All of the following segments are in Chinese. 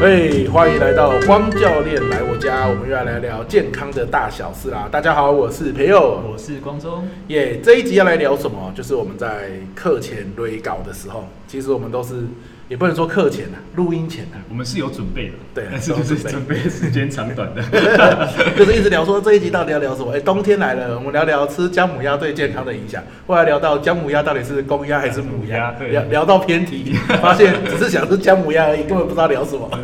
嘿，哎欢迎来到荒教练来我家，我们又要来聊健康的大小事啦。大家好，我是培佑，我是光中，耶、这一集要来聊什么？就是我们在课前堆稿的时候，其实我们都是也不能说课前啊，录音前 啊，我们是有准备的，对啊但是就是有准准备时间长短的。 就是一直聊说这一集到底要聊什么？哎，冬天来了，我们聊聊吃姜母鸭对健康的影响。后来聊到姜母鸭到底是公鸭还是母鸭母鸭，对聊聊到偏题，发现只是想吃姜母鸭而已，根本不知道聊什么。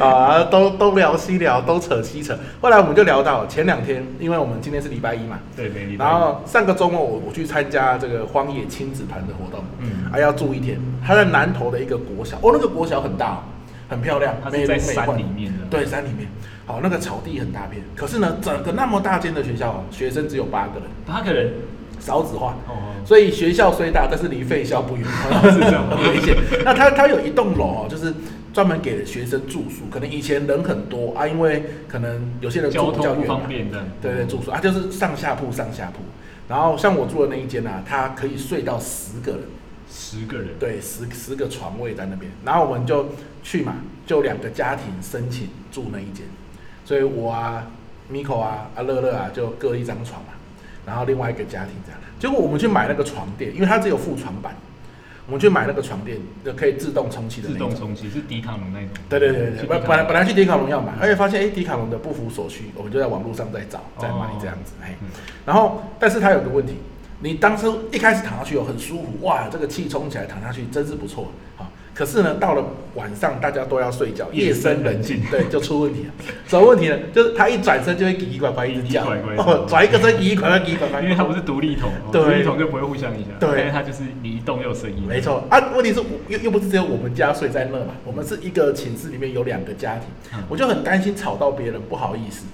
啊，都都聊西聊，都扯西扯。后来我们就聊到前两天，因为我们今天是礼拜一嘛，对，每礼拜然一后上个周末我我去参加这个荒野亲子团的活动，啊嗯还、要住一天。他在南投的一个国小，哦，那个国小很大、哦，很漂亮，它美是在轮美奂山里面的，，对，山里面。好，那个草地很大片，可是呢，整个那么大间的学校哦，学生只有八个人，八个人少子化。哦，所以学校虽大，但是离废校不远，是这样吗很危险。那它它有一栋楼哦，就是专门给学生住宿，可能以前人很多啊，因为可能有些人住交比较通不远、啊方，便这样。对对，住宿啊，就是上下铺上下铺。然后像我住的那一间啊，它可以睡到十个人，十个人，对，十十个床位在那边。然后我们就去嘛，就两个家庭申请住那一间，所以我啊、Miko 啊、啊乐乐啊，就各一张床嘛。然后另外一个家庭这样，结果我们去买那个床垫，因为它只有附床板，我们去买那个床垫，就可以自动充气的自那种动。充气是迪卡侬那一种。对对对对，去本迪卡嗯本来侬本来去迪卡侬要买，而且发现哎，迪卡侬的不符所需，我们就在网络上再找再买哦这样子，哎、嗯然后，但是它有个问题，你当初一开始躺下去哦，很舒服，哇，这个气冲起来躺下去真是不错，好。可是呢，到了晚上大家都要睡觉，夜夜深深人人静静，对，就出问题了。什么问题呢？就是他一转身就会叽叽拐拐一直叫，叽叽拐拐哦，转一个身叽叽拐拐叽叽拐拐，因为它不是独立桶，对独立桶就不会互相影响，对因为它就是你一动又有声音，没，错啊，问题是我又又不是只有我们家睡在那嘛，我们是一个寝室里面有两个家庭，嗯我就很担心吵到别人，不好意思。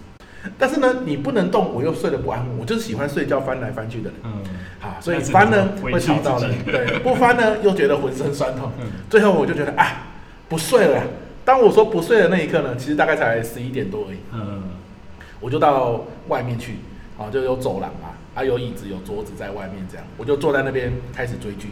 但是呢，你不能动，我又睡得不安稳，我就是喜欢睡觉翻来翻去的人。嗯，啊，所以那只能翻呢委会屈吵到自人己，对，不翻呢又觉得浑身酸痛嗯，最后我就觉得啊，不睡了。当我说不睡的那一刻呢，其实大概才十一点多而已，嗯，我就到外面去，啊，就有走廊嘛，啊，有椅子有桌子在外面这样，我就坐在那边开始 追剧，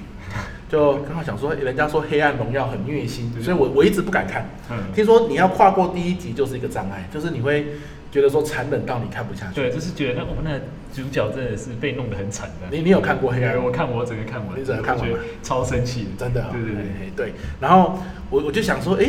就刚好想说，人家说《黑暗荣耀》很虐心，对所以我我一直不敢看。嗯听说你要跨过第一集就是一个障碍，就是你会觉得说残忍到你看不下去。对，就是觉得那我们那主角真的是被弄得很惨的。你你有看过《黑暗对，荣耀》我看我整个看完，你整个看完我觉得吗超生气的，真的、哦，对对对，哎哎对。然后我我就想说，哎、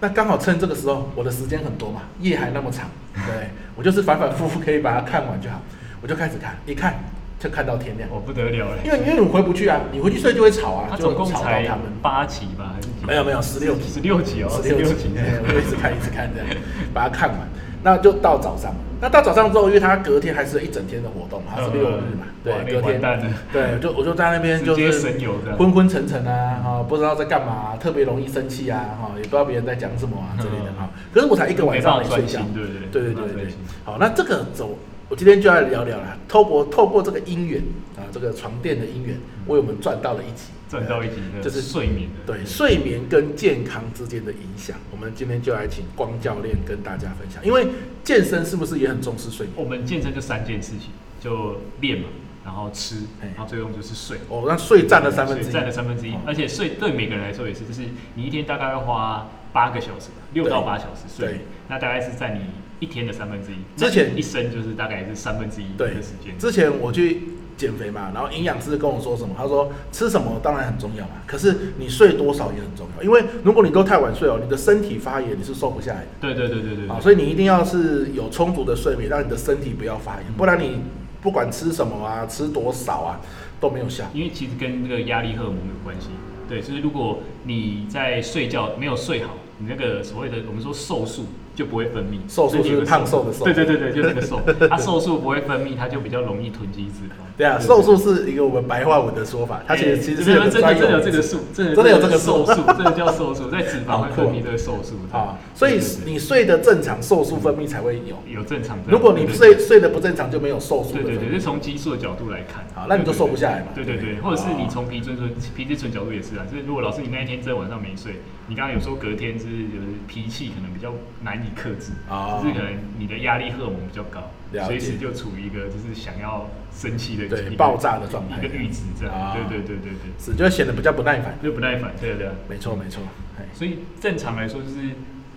那刚好趁这个时候，我的时间很多嘛，夜还那么长，对我就是反反复复可以把它看完就好。我就开始看，一看就看到天亮，我不得了了。因为因为你回不去啊，你回去睡就会吵啊，他就总共吵到才他们。八集吧，还是几集没有没有16集十六集哦，十十六六集集，哎我就一直看一直看这样，把它看完。那就到早上，那到早上之后，因为他隔天还是有一整天的活动嘛，他是六日嘛，对呃哇，隔那天完蛋了，对，我就我就在那边直就接是神游这样。昏昏沉沉啊，哈、不知道在干嘛、特别容易生气啊，哈、也不知道别人在讲什么啊之类的哈、可是我才一个晚上嗯没办法睡专觉心，对不对对对没办对法对专心好，那这个走，我今天就要聊聊啦。透过透过这个姻缘啊，这个床垫的姻缘，为我们赚到了一集，嗯赚到一集的，就是睡眠的，对睡眠跟健康之间的影响。我们今天就来请光教练跟大家分享，因为健身是不是也很重视睡眠？我们健身就三件事情，就练嘛，然后吃，哎然后最终就是睡。哦，那睡占了三分之一，所以占了三分之一哦，而且睡对每个人来说也是，就是你一天大概要花八个小时吧，六到对八小时睡对眠，那大概是占你一天的三分之一。之前一生就是大概是三分之一对的时间，，之前我去减肥嘛，然后营养师跟我说什么？他说吃什么当然很重要嘛，可是你睡多少也很重要，因为如果你都太晚睡哦，你的身体发炎你是瘦不下来的对对对对对对啊，所以你一定要是有充足的睡眠，让你的身体不要发炎，不然你不管吃什么啊，吃多少啊都没有效。因为其实跟这个压力荷尔蒙有关系。对，就是如果你在睡觉没有睡好，你那个所谓的我们说瘦素就不会分泌，瘦素所以你有就个是胖瘦的瘦对对对对，就是那 个瘦，它、瘦素不会分泌，它就比较容易囤积脂肪。对啊，瘦素是一个我们白话文的说法，它其实哎其实真是有的个真的专真的有有这个素，真的真的有这个瘦素素，真的叫瘦素，在脂肪好会酷哦分泌这个瘦素啊，所以对对你睡的正常，瘦素分泌才会有。对有正常的。如果你对对对睡睡的不正常，就没有瘦素的分对对泌对，是从激素的角度来看，好那你就瘦不下来嘛对对对，对哦或者是你从皮质醇皮质醇角度也是啊，就是如果老师你那一天在晚上没睡，你刚刚有说隔天就是有的脾气可能比较难以克制，哦就是可能你的压力荷尔蒙比较高了，解随时就处于一个就是想要生气的对一个爆炸的状态一个阈值这啊样。对对对对对，是就显得比较不耐烦。就不耐烦，对啊对啊。没错没错，哎嘿所以正常来说，就是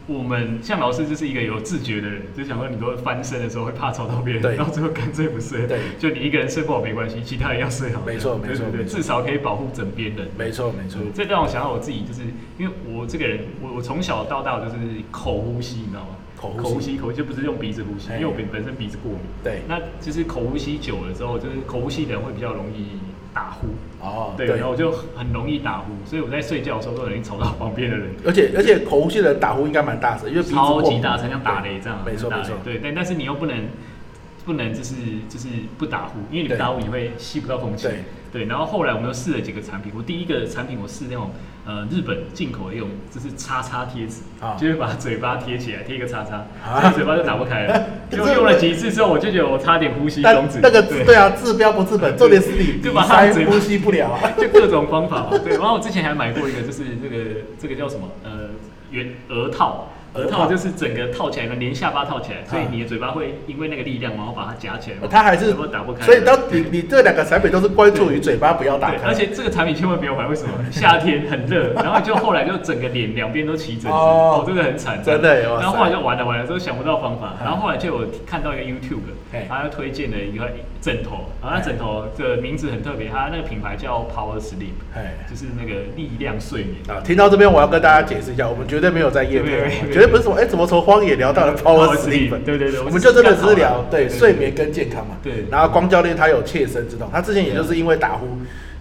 我们像老师就是一个有自觉的人，就想说你都翻身的时候会怕吵到别对人，到最后干脆不睡。对就你一个人睡不好没关系，其他人要睡好。没错对没错对对没错至少可以保护枕边人。没错没错，这让我想到我自己，就是因为我这个人，我我从小到大就是口呼吸，你知道吗？口呼吸口呼吸，口呼吸就不是用鼻子呼吸，哎因为我本本身鼻子过敏。对那就是口呼吸久了之后，就是口呼吸的人会比较容易打呼。哦对，然后我就很容易打呼，所以我在睡觉的时候都很容易吵到旁边的人。而且而且口呼吸的人打呼应该蛮大声，因为鼻子超过级敏大声，像打雷这样，没错像打没雷错，对，但但是你又不能不能就是就是不打呼，因为你不对打呼你会吸不到空气对。对，然后后来我们又试了几个产品，我第一个产品我试那种呃日本进口的用，就是叉叉贴纸，啊就是把嘴巴贴起来贴一个叉叉，啊所以嘴巴就打不开 了。这结果用了几次之后，我就觉得我差点呼吸但终止。那个对对啊，治标不治本，重点是你 就鼻把它塞嘴巴呼吸不 了啊。就各种方法嘛。对，然后我之前还买过一个，就是这个这个叫什么呃圆额套，额额套套就是整个套起来，连下巴套起来，所以啊呃你的嘴巴会因为那个力量，然后把它夹起来嘛。他还是然后打不开，所以当你你这两个产品都是关注于嘴巴不要打对，开，而且这个产品千万不要买，为什么？夏天很热，然后就后来就整个脸两边都起疹子，哦哦，真的很惨，真的耶哇塞然后后来就完了完了，之后想不到方法，嗯然后后来就有看到一个 YouTube，嘿他推荐了一个枕头，然后那枕头的名字很特别，它那个品牌叫 Power Sleep，哎就是那个力量睡眠。啊，听到这边我要跟大家解释一下，我们绝对没有在夜对配对哦，对哦绝对不是说哎怎么从荒野聊到了 Power Power Sleep， Sleep，对对对我我们们就真的是只是刚好聊对对对睡眠跟健康嘛。对然后光教练他有切身之痛，他之前也就是因为打呼，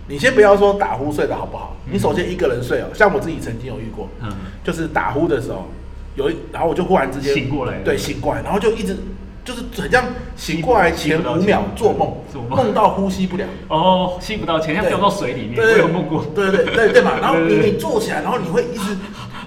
你先不要说打呼睡得好不好，你首先一个人睡哦，像我自己曾经有遇过，嗯，就是打呼的时候，有一，然后我就忽然之间醒过来了对，醒过来，然后就一直就是很像醒过来前醒不到五秒做梦，做梦梦到呼吸不了，哦，吸不到钱，要对掉到水里面，我对对有梦过。对对对对嘛，然后你对对对你坐起来，然后你会一直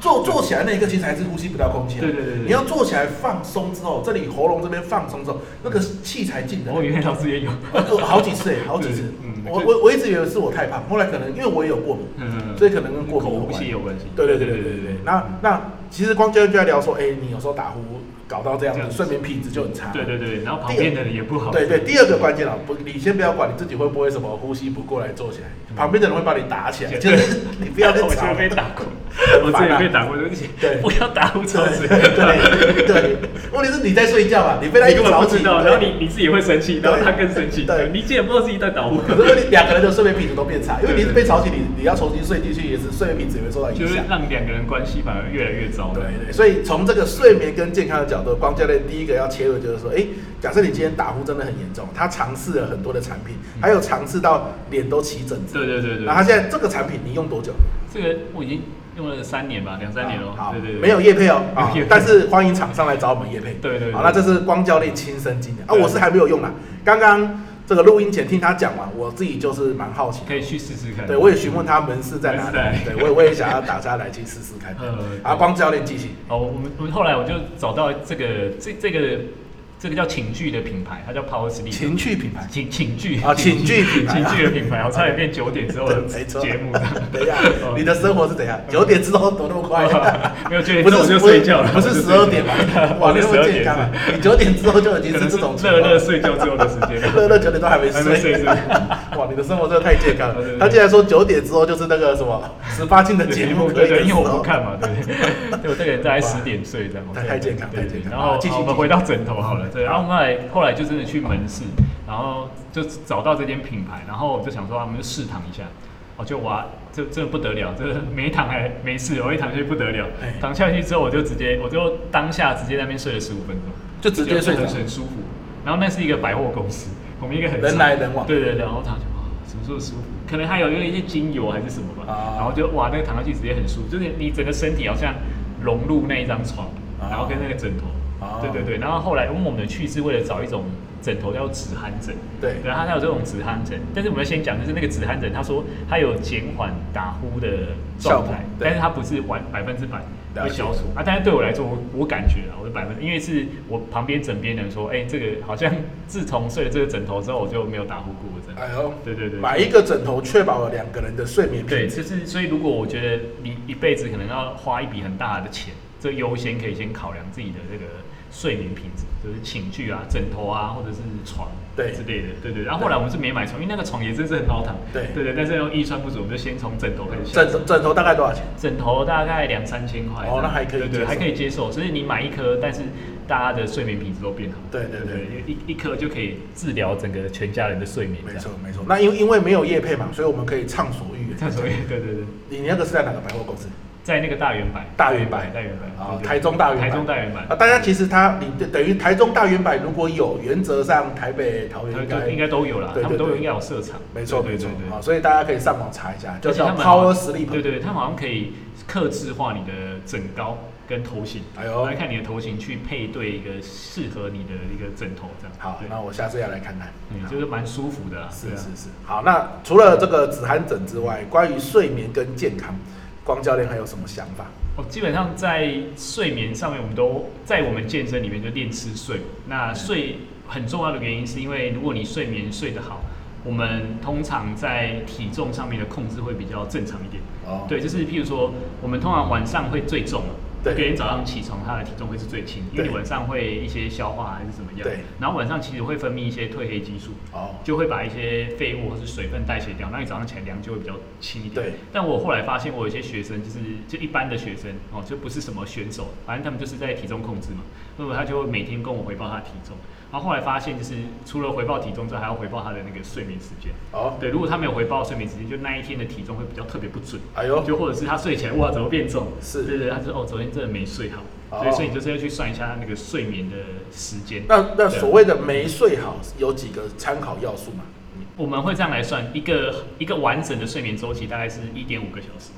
坐坐起来那一刻，其实还是呼吸不到空气啊、对对对对你要坐起来放松之后，这里喉咙这边放松之后，那个气才进来。我以为老师 哦也有。我好几次哎、好几次对。嗯我我我一直以为是我太胖，后来可能因为我也有过敏，嗯所以可能跟过敏口有呼关吸有关系。对对对对对对。那那其实光教练就在聊说，哎、你有时候打呼搞到这样这子，样子睡眠品质就很差。对对对，然后旁边的人也不好。对对，第二个关键啊，不，你先不要管你自己会不会什么呼吸不过来坐起来，旁边的人会把你打起来，对就是你不要再 我之吵前了。被打过，很我之烦啊前被打过，对不起对，不要打呼吵死对。对对，问题是你在睡觉啊，你被他一你个根本吵不醒，知道，然后对你你自己会生气，然后对他更生气对，你自己也不知道自己在打呼，可是你两个人的睡眠品质都变差，因为你一直对对被吵醒，你你要重新睡进去也是睡眠品质也会受到就影是响。让两个人关系反而越来越糟。对对，所以从这个睡眠跟健康的角度，光教练第一个要切入就是说，哎，假设你今天打呼真的很严重，他尝试了很多的产品，还有尝试到脸都起疹子，对对对对然后他现在这个产品你用多久？这个我已经用了三年吧，两三年了好，。对对对，没有叶配 哦，啊没有业配但是欢迎厂商来找我们叶配。对对对好，那这是光教练亲身经验啊，对我是还没有用啦，刚刚这个录音前听他讲完，我自己就是蛮好奇的。可以去试试看。对，我也询问他门市在哪门市在哪里里，对我也我也想要打下来去试试 看呃。啊，光教练继 续，哦，我们我们后来我就找到这个这这个这个叫寝具的品牌，它叫 Power Sleep。情趣品牌。寝寝具啊寝具品牌寝具的品牌，我差点变九点之后的 对没错节目。等一下，哦你的生活是怎样？九点之后多那么快？ 没有九点不之是后我就睡觉了，不是十二点吗？哇，我那是么12健点康啊！你九点之后就已经可是能这是种情乐况乐睡觉之后的时间。 乐乐九点都还没睡，还没睡是不是 哇，你的生活真的太健康了对对。对他竟然说九点之后就是那个什 么十八禁的节目可对以的对，因为我时候不看嘛，对 不对？对我这个人大概十点睡这样，太太健康对太健康然好后继续好我继们续回到枕头好了，对。然后我们后来后来就真的去门市，然后就找到这间品牌，然后我就想说，啊我们就试躺一下。我就哇，这真的不得了，这没躺还没事，我一躺下去不得了哎，躺下去之后我就直接，我就当下直接在那边睡了十五分钟，就直接睡着很很舒服。然后那是一个百货公司，我们一个很人来人往对对对，然后躺下去哇，什么时候舒服？可能还有用一些精油还是什么吧，啊然后就哇，那个躺下去直接很舒服，就是你整个身体好像融入那一张床，啊然后跟那个枕头，啊对对对。然后后来嗯因为我们去是为了找一种枕头叫止鼾枕，对然后它有这种止鼾枕，但是我们先讲就是那个止鼾枕，他说它有减缓打呼的效状果态，对但是它不是完百分之百。了会解消除啊。但是对我来说，我我感觉啊，我的百分，因为是我旁边枕边人说，哎、这个好像自从睡了这个枕头之后，我就没有打呼过这样。哎呦，对对对，买一个枕头确保了两个人的睡眠对，品质。就是所以，如果我觉得你一辈子可能要花一笔很大的钱，这优先可以先考量自己的这个睡眠品质，就是寝具啊、枕头啊，或者是床对之类的，对对。然后后来我们是没买床，因为那个床也真是很闹腾，对对对。但是预算不足，我们就先从枕头开始下枕手。头枕头大概多少钱？枕头大概两三千块这样，哦那还可以对接对，受还可以接受。所以你买一颗，但是大家的睡眠品质都变好。对对对因为一一颗就可以治疗整个全家人的睡眠。没错，没错。那因因为没有业配嘛，所以我们可以畅所欲言。这样，所以对对对，你那个是在哪个百货公司？在那个大圆柏，大圆柏大圆柏啊对对台中大圆柏台中大圆柏啊，，大家其实它你等于台中大圆柏如果有，原则上台北、桃园台应中应该该都有啦，对对他们都有对应该有设厂。没错对没对错对对啊，所以大家可以上网查一下，就而且叫他们 Power 好 Sleep。对对，他们好像可以克制化你的枕高跟头型，哎呦来看你的头型去配对一个适合你的一个枕头这样。好对，那我下次要来看看。嗯，就是蛮舒服的啦。是对啊是是。好，那除了这个止鼾枕之外，关于睡眠跟健康，光教练还有什么想法？哦，基本上在睡眠上面，我们都在我们健身里面就练吃睡。嗯那睡很重要的原因，是因为如果你睡眠睡得好，我们通常在体重上面的控制会比较正常一点。哦，对，就是譬如说，我们通常晚上会最重嘛，对隔天早上起床，他的体重会是最轻，因为对你晚上会一些消化还是怎么样。对。然后晚上其实会分泌一些褪黑激素，哦，就会把一些废物或是水分代谢掉，那你早上起来量就会比较轻一点。对。但我后来发现，我有一些学生就是就一般的学生哦，就不是什么选手，反正他们就是在体重控制嘛，那么他就会每天跟我回报他的体重。然后后来发现，就是除了回报体重之外，还要回报他的那个睡眠时间。哦，对，如果他没有回报睡眠时间，就那一天的体重会比较特别不准。哎呦，就或者是他睡起来哇怎么变重？是对对，他就说哦昨天真的没睡好，哦所以所以你就是要去算一下他那个睡眠的时间。那那对啊所谓的没睡好有几个参考要素嘛？我们会这样来算，一个一个完整的睡眠周期大概是一点五个小时，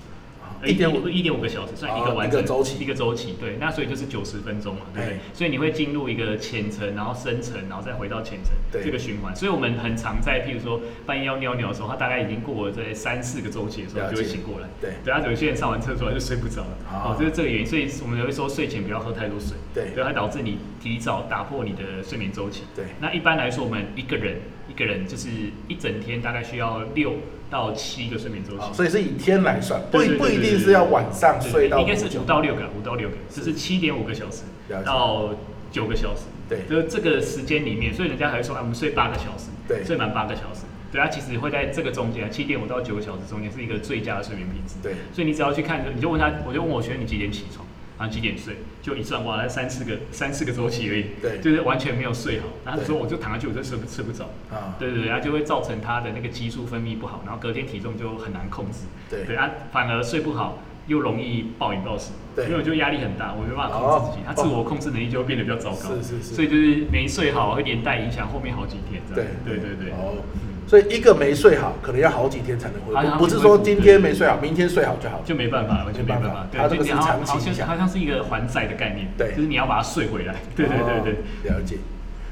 一点五哎一点五个小时算一哦个完整、一个周期一个周期对，那所以就是九十分钟嘛，对不对哎？所以你会进入一个浅层，然后深层，然后再回到浅层，对这个循环。所以我们很常在譬如说半夜要尿尿的时候，他大概已经过了这三四个周期的时了候解就会醒过来，对对，啊他有些人上完厕所他就睡不着了，哦哦，就是这个原因。所以我们也会说睡前不要喝太多水，对对，它导致你提早打破你的睡眠周期，对那一般来说，我们一个人一个人就是一整天大概需要六到七个睡眠周期。哦，所以是以天来算，不对一对对不一对定对是要晚上对睡到应该多是久五到六个，五到六个，就是七点五个小时了解到九个小时，对就是这个时间里面，所以人家还会说，啊，我们睡八个小时，对睡满八个小时，对，啊它其实会在这个中间，七点五到九个小时中间是一个最佳的睡眠品质，对所以你只要去看，你就问他，我就问我学生你几点起床，然后几点睡，就一算，哇，那三四个三四个周期而已，对就是完全没有睡好，然后他说对我就躺下去，我就睡不睡不着，啊？对对对，它就会造成他的那个激素分泌不好，然后隔天体重就很难控制。对对，啊，反而睡不好又容易暴饮暴食。对哦因为我就压力很大，我没办法控制自己，他自我控制能力就会变得比较糟糕。是是是所以就是没睡好会连带影响后面好几天这对样。对对对。哦嗯，所以一个没睡好，可能要好几天才能好恢像复，要不是恢说复今对天没睡好，明天睡好就好。就没办法，完全没办法。没办法它这就个你是要长期好像影响好像是一个还债的概念，对就是你要把它睡回来。对对对对，哦，了解。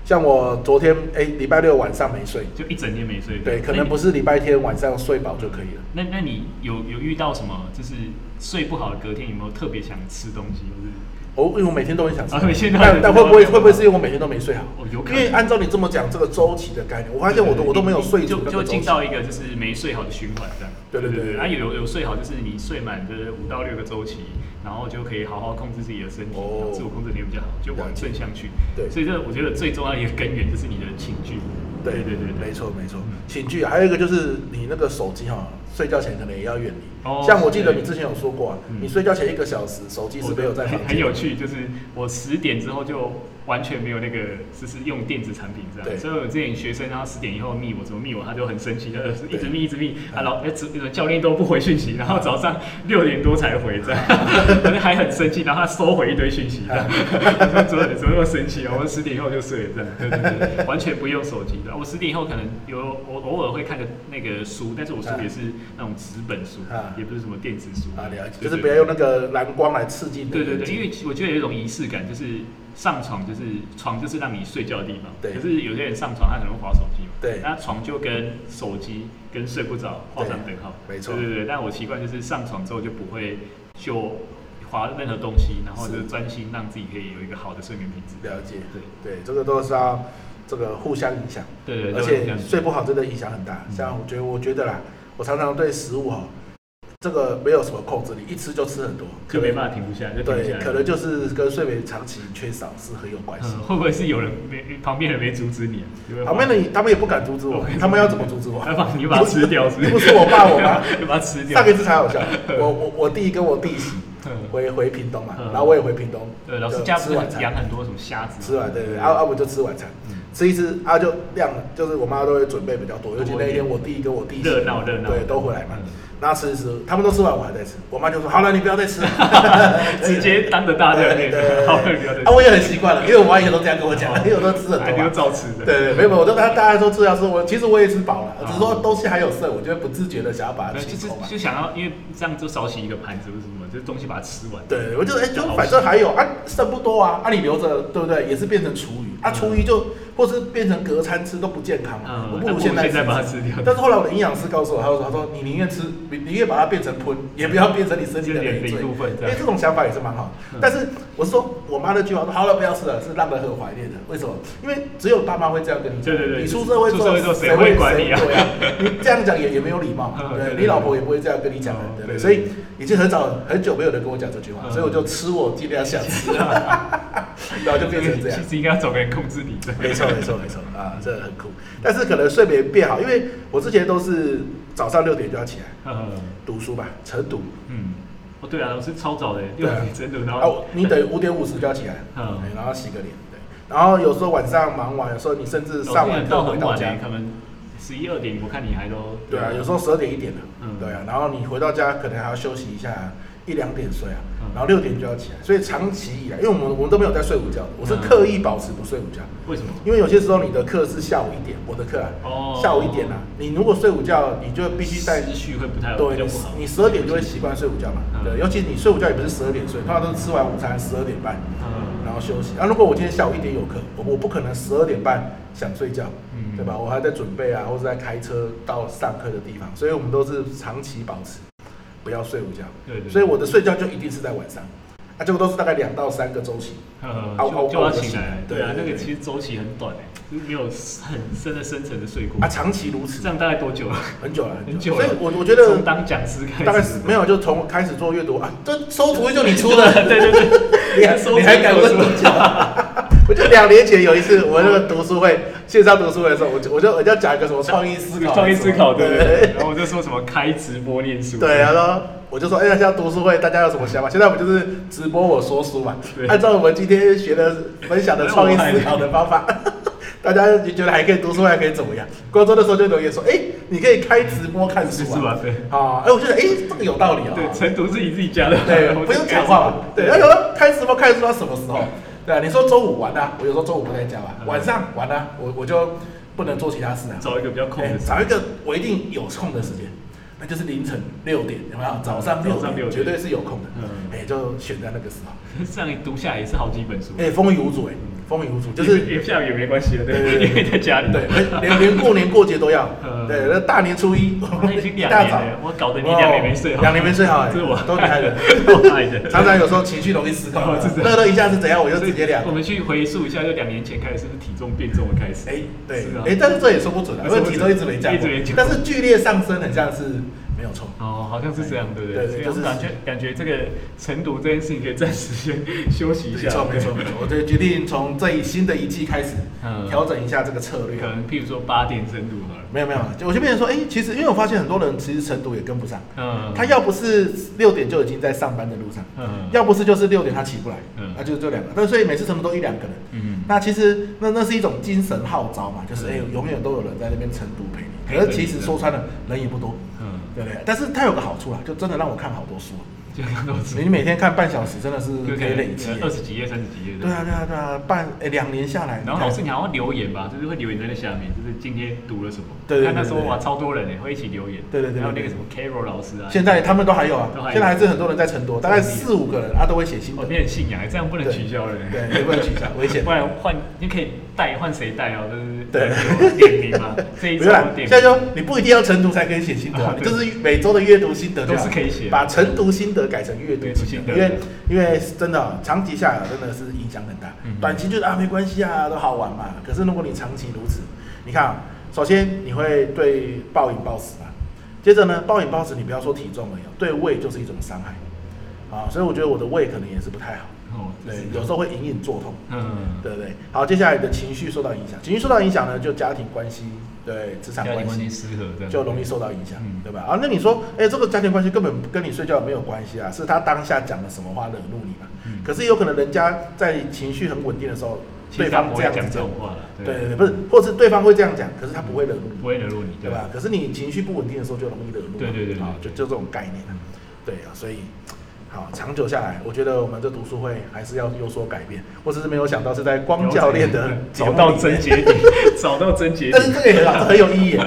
像我昨天哎，礼拜六晚上没睡，就一整天没睡。对，可那能你不是礼拜天晚上睡饱就可以了。那那你有有遇到什么就是睡不好的隔天有没有特别想吃东西，或是哦，因为我每天都很想睡，啊每天都但很但会不会都很想睡会不会是因为我每天都没睡好？哦有可因能为按照你这么讲，这个周期的概念，我发现我都我都没有睡足就那就个周进期。到一个就是没睡好的循环这样。对对对对啊有有睡好就是你睡满这五到六个周期，然后就可以好好控制自己的身体，哦然后自我控制能力比较好，就往正向去。对所以这我觉得最重要的一个根源就是你的情绪。对对对对没错没错嗯。寝具还有一个就是你那个手机哈，睡觉前可能也要远离。哦像我记得你对之前有说过啊，嗯你睡觉前一个小时手机是没有在很房很间。有趣，就是我十点之后就完全没有那个，就是用电子产品这对样。所以我之前学生，然后十点以后密我，怎么密我，他就很生气，他就是一直对密一直密，啊，老哎， 只教练都不回讯息，然后早上六点多才回这样， 还很生气，然后他收回一堆讯息这样， 我说怎么怎么那么生气啊？我十点以后就睡了这样，对对对，完全不用手机的。我十点以后可能有我偶尔会看个那个书，但是我书也是那种纸本书啊，也不是什么电子书啊，了解，对就是对不要用那个蓝光来刺激你的对对眼对，睛。因为我觉得有一种仪式感，就是上床就是床就是让你睡觉的地方。对可是有些人上床他可能会划手机嘛。对那床就跟手机跟睡不着画上等号。对没错对对对，但我习惯就是上床之后就不会就花任何东西，然后是就专心让自己可以有一个好的睡眠品质。了解，对对，这个都是要这个互相影响，对对，而这且样子睡不好真的影响很大。嗯像我觉得，我觉得啦，我常常对食物哈，这个没有什么控制力，一吃就吃很多，就没办法停不下来，就停不下对，来。可能就是跟睡眠长期缺少是很有关系嗯，。会不会是有人没旁边人没阻止你啊？有没有旁边的你他们也不敢阻止我，他们要怎么阻止我？要把你把它吃掉是不你是？不是我爸我妈，就把它 吃掉。上一次才好笑，我我我弟跟我弟媳嗯回回屏东嘛，嗯然后我也回屏东，对，老师就家不吃是晚餐养很多什么虾子吗？吃完对对，对啊啊我就吃晚餐，吃一吃啊就量就是我妈都会准备比较多，尤其那一天我弟跟我弟媳热闹热闹对都回来嘛嗯，然后吃一吃，他们都吃完我还在吃，我妈就说好了你不要再吃了， 直接当着大家的面，好，不要再吃啊我也很习惯了，因为我妈以前都这样跟我讲，因为我都吃很哎多你就嘛。照吃的。对对，没有，没有我都大家大家都吃要吃，我其实我也吃饱了，啊只是说东西还有剩，我就会不自觉的想要把它那清就是空嘛。就想要，因为这样就少洗一个盘子或者什么，就是东西把它吃完。对，我就哎、就反正还有啊，剩不多啊，啊你留着，对不对？也是变成厨余啊，嗯厨余就或是变成隔餐吃都不健康啊嗯，我那不如不如现在现在把它吃掉但是后来我的营养师告诉我，他说他说你宁愿吃，你宁愿把它变成喷，也不要变成你身体的就是累 赘一部分。因这样为这种想法也是蛮好的嗯，但是我是说我妈那句话说好了不要吃了，是让人很怀念的。为什么？因为只有爸妈会这样跟你讲。对对对你出社会出社会之后谁谁会管你啊谁对啊，你这样讲也也没有礼貌嘛，嗯对对对你老婆也不会这样跟你讲的，嗯对对。对所以已经很早很久没有人跟我讲这句话，嗯所以我就吃我尽量想吃， 然后就变成这样啊其。实应该要找个人控制你的。 没错，没错，没错啊，这很酷。但是可能睡眠变好，因为我之前都是早上六点就要起来 嗯读书吧，晨读。嗯，哦对啊，我是超早的，六对啊点真的，然啊，后我你等于五点五十就要起来，嗯对然后洗个脸，对。然后有时候晚上忙完，有时候你甚至上完到课回很到晚家欸，，可能十一二点，我看你还都对啊，有时候候十二点一点了，嗯对啊，然后你回到家可能还要休息一下，一两点睡啊嗯，然后六点就要起来，所以长期以来，因为我们我们都没有在睡午觉的，我是嗯刻意保持不睡午觉，为什么？因为有些时候你的课是下午一点，我的课啊，哦下午一点啊，你如果睡午觉，你就必须在思绪会不太比对较你不好，你十二点就会习惯睡午觉嘛，嗯对，尤其你睡午觉也不是十二点睡，通常都是吃完午餐十二点半，嗯然后休息。啊，如果我今天下午一点有课，我我不可能十二点半想睡觉，嗯对吧？我还在准备啊，或者在开车到上课的地方，所以我们都是长期保持不要睡午觉。对对所以我的睡觉就一定是在晚上，啊，结果都是大概两到三个周期。呃，熬熬就就过要了醒来，对对啊，对那对个其实周期很短诶，就是没有很深的深层的睡过啊，。长期如此这，样大概多久啊？很久了，很久所了以我我觉得从当讲师开始，大概是没有，就从开始做阅读啊，这收徒就你出的， 对啊对对，你还收 你还徒敢就问出我 讲？我就两年前有一次，我那个读书会线上读书会的时候，我就我就我就要讲一个什么创意思考，创意思考对不对对？然后我就说什么开直播念书， 对，啊然后我就说，哎、那像读书会大家有什么想法？现在我们就是直播我说书嘛对，按照我们今天学的分享的创意思考的方法， 大家你觉得还可以读书会还可以怎么样？观众那时候就留言说，哎、你可以开直播看书是啊吧，对啊，哎、我觉得哎、这个有道理哦。对，晨读是你自己加的，对，我不就用开讲直播话嘛。对，哎要有人开直播看书到什么时候？对啊，你说周五玩啊，我有时候周五不在家吧，嗯晚上玩啊，我我就不能做其他事啊。找一个比较空哎的时间找一个我一定有空的时间，那就是凌晨六点，有没有？早上六嗯早上点，六点绝对是有空的。嗯哎，就选在那个时候。这样你读下来也是好几本书，哎，风雨无阻，哎，风雨无阻，就是嗯也下雨也没关系的，对对对，对因为在家里，对，哎连连过年过节都要嗯。对，那大年初一哦，那已 经一两大年早。了，我搞得你两年没睡好，两年没睡好，哎这是我都你害的。我害 的，常常有时候情绪容易失控哦是，这样乐乐一下是怎样，我就直接两我。们去回溯一下，就两年前开始，是不是体重变重的开始？哎，对是啊，哎，但是这也说不准啊，因为体重一直没降一过直没降，但是剧烈上升很像是没有错。哦，好像是这样，对不对？对对所以就是我感觉感觉这个晨读这件事情可以暂时先休息一没下，错，没错，没对错。我就决定从这一新的一季开始嗯调整一下这个策略可。能譬如说八点深度好了，没有没有，就我就变成说，哎，其实因为我发现很多人其实程度也跟不上，嗯，他要不是六点就已经在上班的路上，嗯要不是就是六点他起不来嗯，那就这两个。那所以每次程度都一两个人。嗯，那其实那那是一种精神号召嘛，就是哎、嗯永远都有人在那边晨读陪你。陪可着是其你实的说穿了，人也不多，嗯，对不对？但是它有个好处啦，就真的让我看好多书啊。就刚刚你每天看半小时，真的是就可以累积耶。二十几页、三十几页对啊，对。啊，对啊，半哎两年下来，然后你看老师，你好像留言吧，就是会留言在那下面，就是今天读了什么。对对对看那时候对对哇，超多人诶，会一起留言。对对对对还有那个什么 Carol 老师啊，现在他们都还有啊都还，有哦现在还是很多人在晨读，大概都还有四五个人，他都会写心我得， 变成信仰，这样不能取消了。对，也不能取消，危险不。然换你可以带换谁带哦，就是对点名嘛，这一不周要啦，点现在名就你不一定要晨读才可以写心得、啊啊，你 对就是每周的阅读心得就都好是可以写的把晨读心得改成阅读阅读心心得，得因为因为真的哦长期下来真的是影响很大嗯。哼短期就是啊没关系啊，都好玩嘛。可是如果你长期如此，你看、啊，首先你会对暴饮暴食嘛，接着呢暴饮暴食，你不要说体重而已哦，对胃就是一种伤害啊。所以我觉得我的胃可能也是不太好，哦，对这是，有时候会隐隐作痛。嗯，对不对？好，接下来你的情绪受到影响，情绪受到影响呢，就家庭关系、对职场家关庭关系系失和这样就容易受到影响，嗯对吧？啊，那你说，哎，这个家庭关系根本跟你睡觉没有关系啊，是他当下讲了什么话惹怒你嘛？嗯可是有可能人家在情绪很稳定的时候，其对实他方这不会样讲子这讲种，话了，对对对，不是，或是对方会这样讲，可是他不会惹怒你不，会惹怒你，对吧？？可是你情绪不稳定的时候就容易惹怒，对对对对啊，就对就这种概念啊，对啊，所以。好，长久下来，我觉得我们这读书会还是要有所改变。我只是没有想到是在光教练的节目找里面到症结 点，找到症结但是这点，个也很好，这很有意义耶。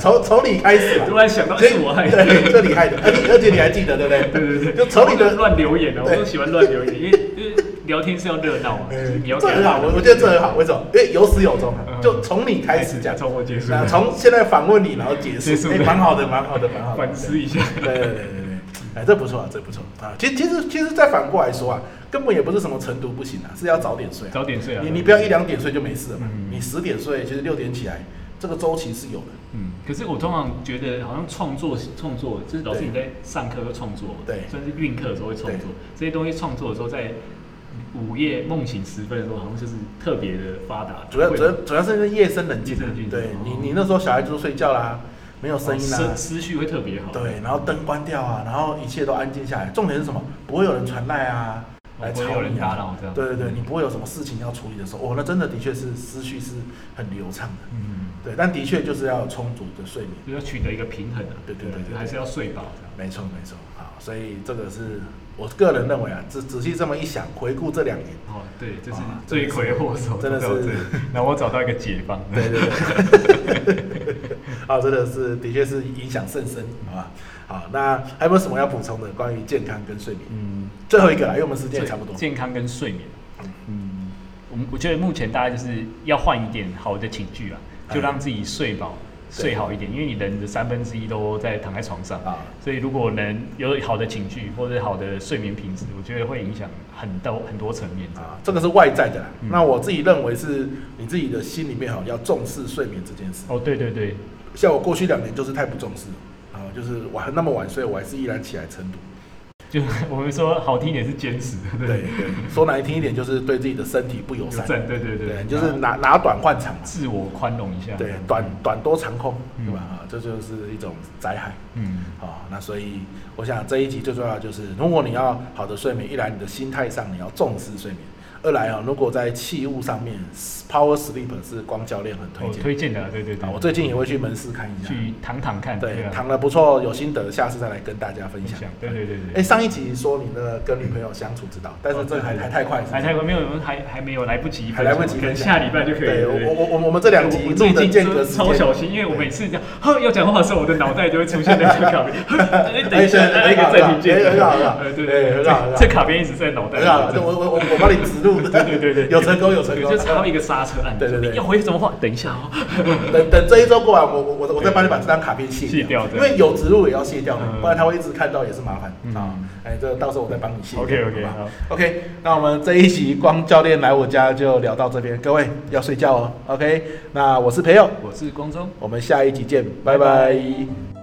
从从你开始吧，突然想到所以是我害的。对，这厉害的，而且而且你还记得对不对？对对对，就从你我的就乱留言啊，我对嗯都喜欢乱留言，因为因为聊天是要热闹嘛，就是你要嗯这哎很好，我我觉得这很好，为什么？因为有始有终啊，就从你开始讲，超过结束那，从现在访问你，然后结结束，束哎，蛮好的，蛮好的，蛮好的反。思一下， 对对对对对，哎，这不错，这不错啊。其实其实其实再反过来说啊，根本也不是什么晨读不行啊，是要早点睡啊。早点睡啊。你你不要一两点睡就没事了嘛嗯，你十点睡，其实六点起来，这个周期是有的。嗯，可是我通常觉得好像创作创作，就是老师对你在上课会创作嘛，对算是运课的时候会创对作，这些东西创作的时候，在午夜梦醒时分的时候，好像就是特别的发达，主要啊会主要主要是因为夜深人静啊夜深人，静对你哦你那时候小孩子都睡觉啦，没有声音啦，思思绪会特别好，对，然后灯关掉啊，然后一切都安静下来。重点是什么？不会有人传赖啊，哦，来不吵会有人你打啊。扰这样，对对对，你不会有什么事情要处理的时候，哦，那真的的确是思绪是很流畅的。嗯，对，但的确就是要有充足的睡眠。就是要取得一个平衡啊，对对对对对还是要睡饱这样。没错没错，好，所以这个是我个人认为啊，仔仔细这么一想，回顾这两年，哦，对，这是哇罪魁祸首，真的是都在我这里，然后我找到一个解方。对对对，啊，真的是，的确是影响甚深，好吧？好，那还有没有什么要补充的关于健康跟睡眠？嗯，最后一个啦，因为我们时间也差不多。健康跟睡眠，嗯，我们我觉得目前大家就是要换一点好的寝具啊，嗯就让自己睡饱、对睡好一点，因为你人的三分之一都在躺在床上啊所以如果能有好的寝具或者好的睡眠品质，我觉得会影响很多很多层面。啊，这个是外在的啦。嗯那我自己认为是你自己的心里面哈，要重视睡眠这件事。哦，对对对，像我过去两年就是太不重视了啊，就是晚那么晚睡，我还是依然起来晨读。就我们说好听一点是坚持，对对，说难听一点就是对自己的身体不友善。赞，对对对，对，就是拿拿短换长嘛，自我宽容一下，对，短短多长空，嗯对吧？啊，这就是一种灾害。嗯，啊、那所以我想这一集最重要的就是，如果你要好的睡眠，一来你的心态上你要重视睡眠，二来啊，如果在器物上面，Power Sleep 是光教练很推我荐。推荐的啊，对对对啊，，我最近也会去门市看一下，去躺躺看，对，啊躺的不错，有心得，下次再来跟大家分分享享。，对对对对。哎，上一集说你的跟女朋友相处之道，但是这还哦对对对还太快，是不还是太快，没有，还还没有来不及分还享，来不及可能分享下礼拜就可以对，了。我对我我我们这两集我我录最的近间真隔的时超间小心，因为我每次这样呵要讲话的时候，我的脑袋就会出现那个卡片，呵哎等一 下，哎按一个暂停键，哎很好很好呃对哎很对好很好对，这卡片一直在脑袋很好，里啊我。我我我帮你植入，对对对对，有成功有成功，就是还有一个刹车按钮，对对对要回什么话？等一下哦，等等这一周过完，我我我我再帮你把这张卡片卸卸掉因对为有植入也要卸掉的，嗯不然他会一直看到也是麻烦嗯啊。哎，这到时候我再帮你卸掉。 OK，OK，好吧好 OK，那我们这一集光教练来我家就聊到这边，各位要睡觉哦。OK，那我是培佑，我是光中。我们下一集见，拜拜拜。拜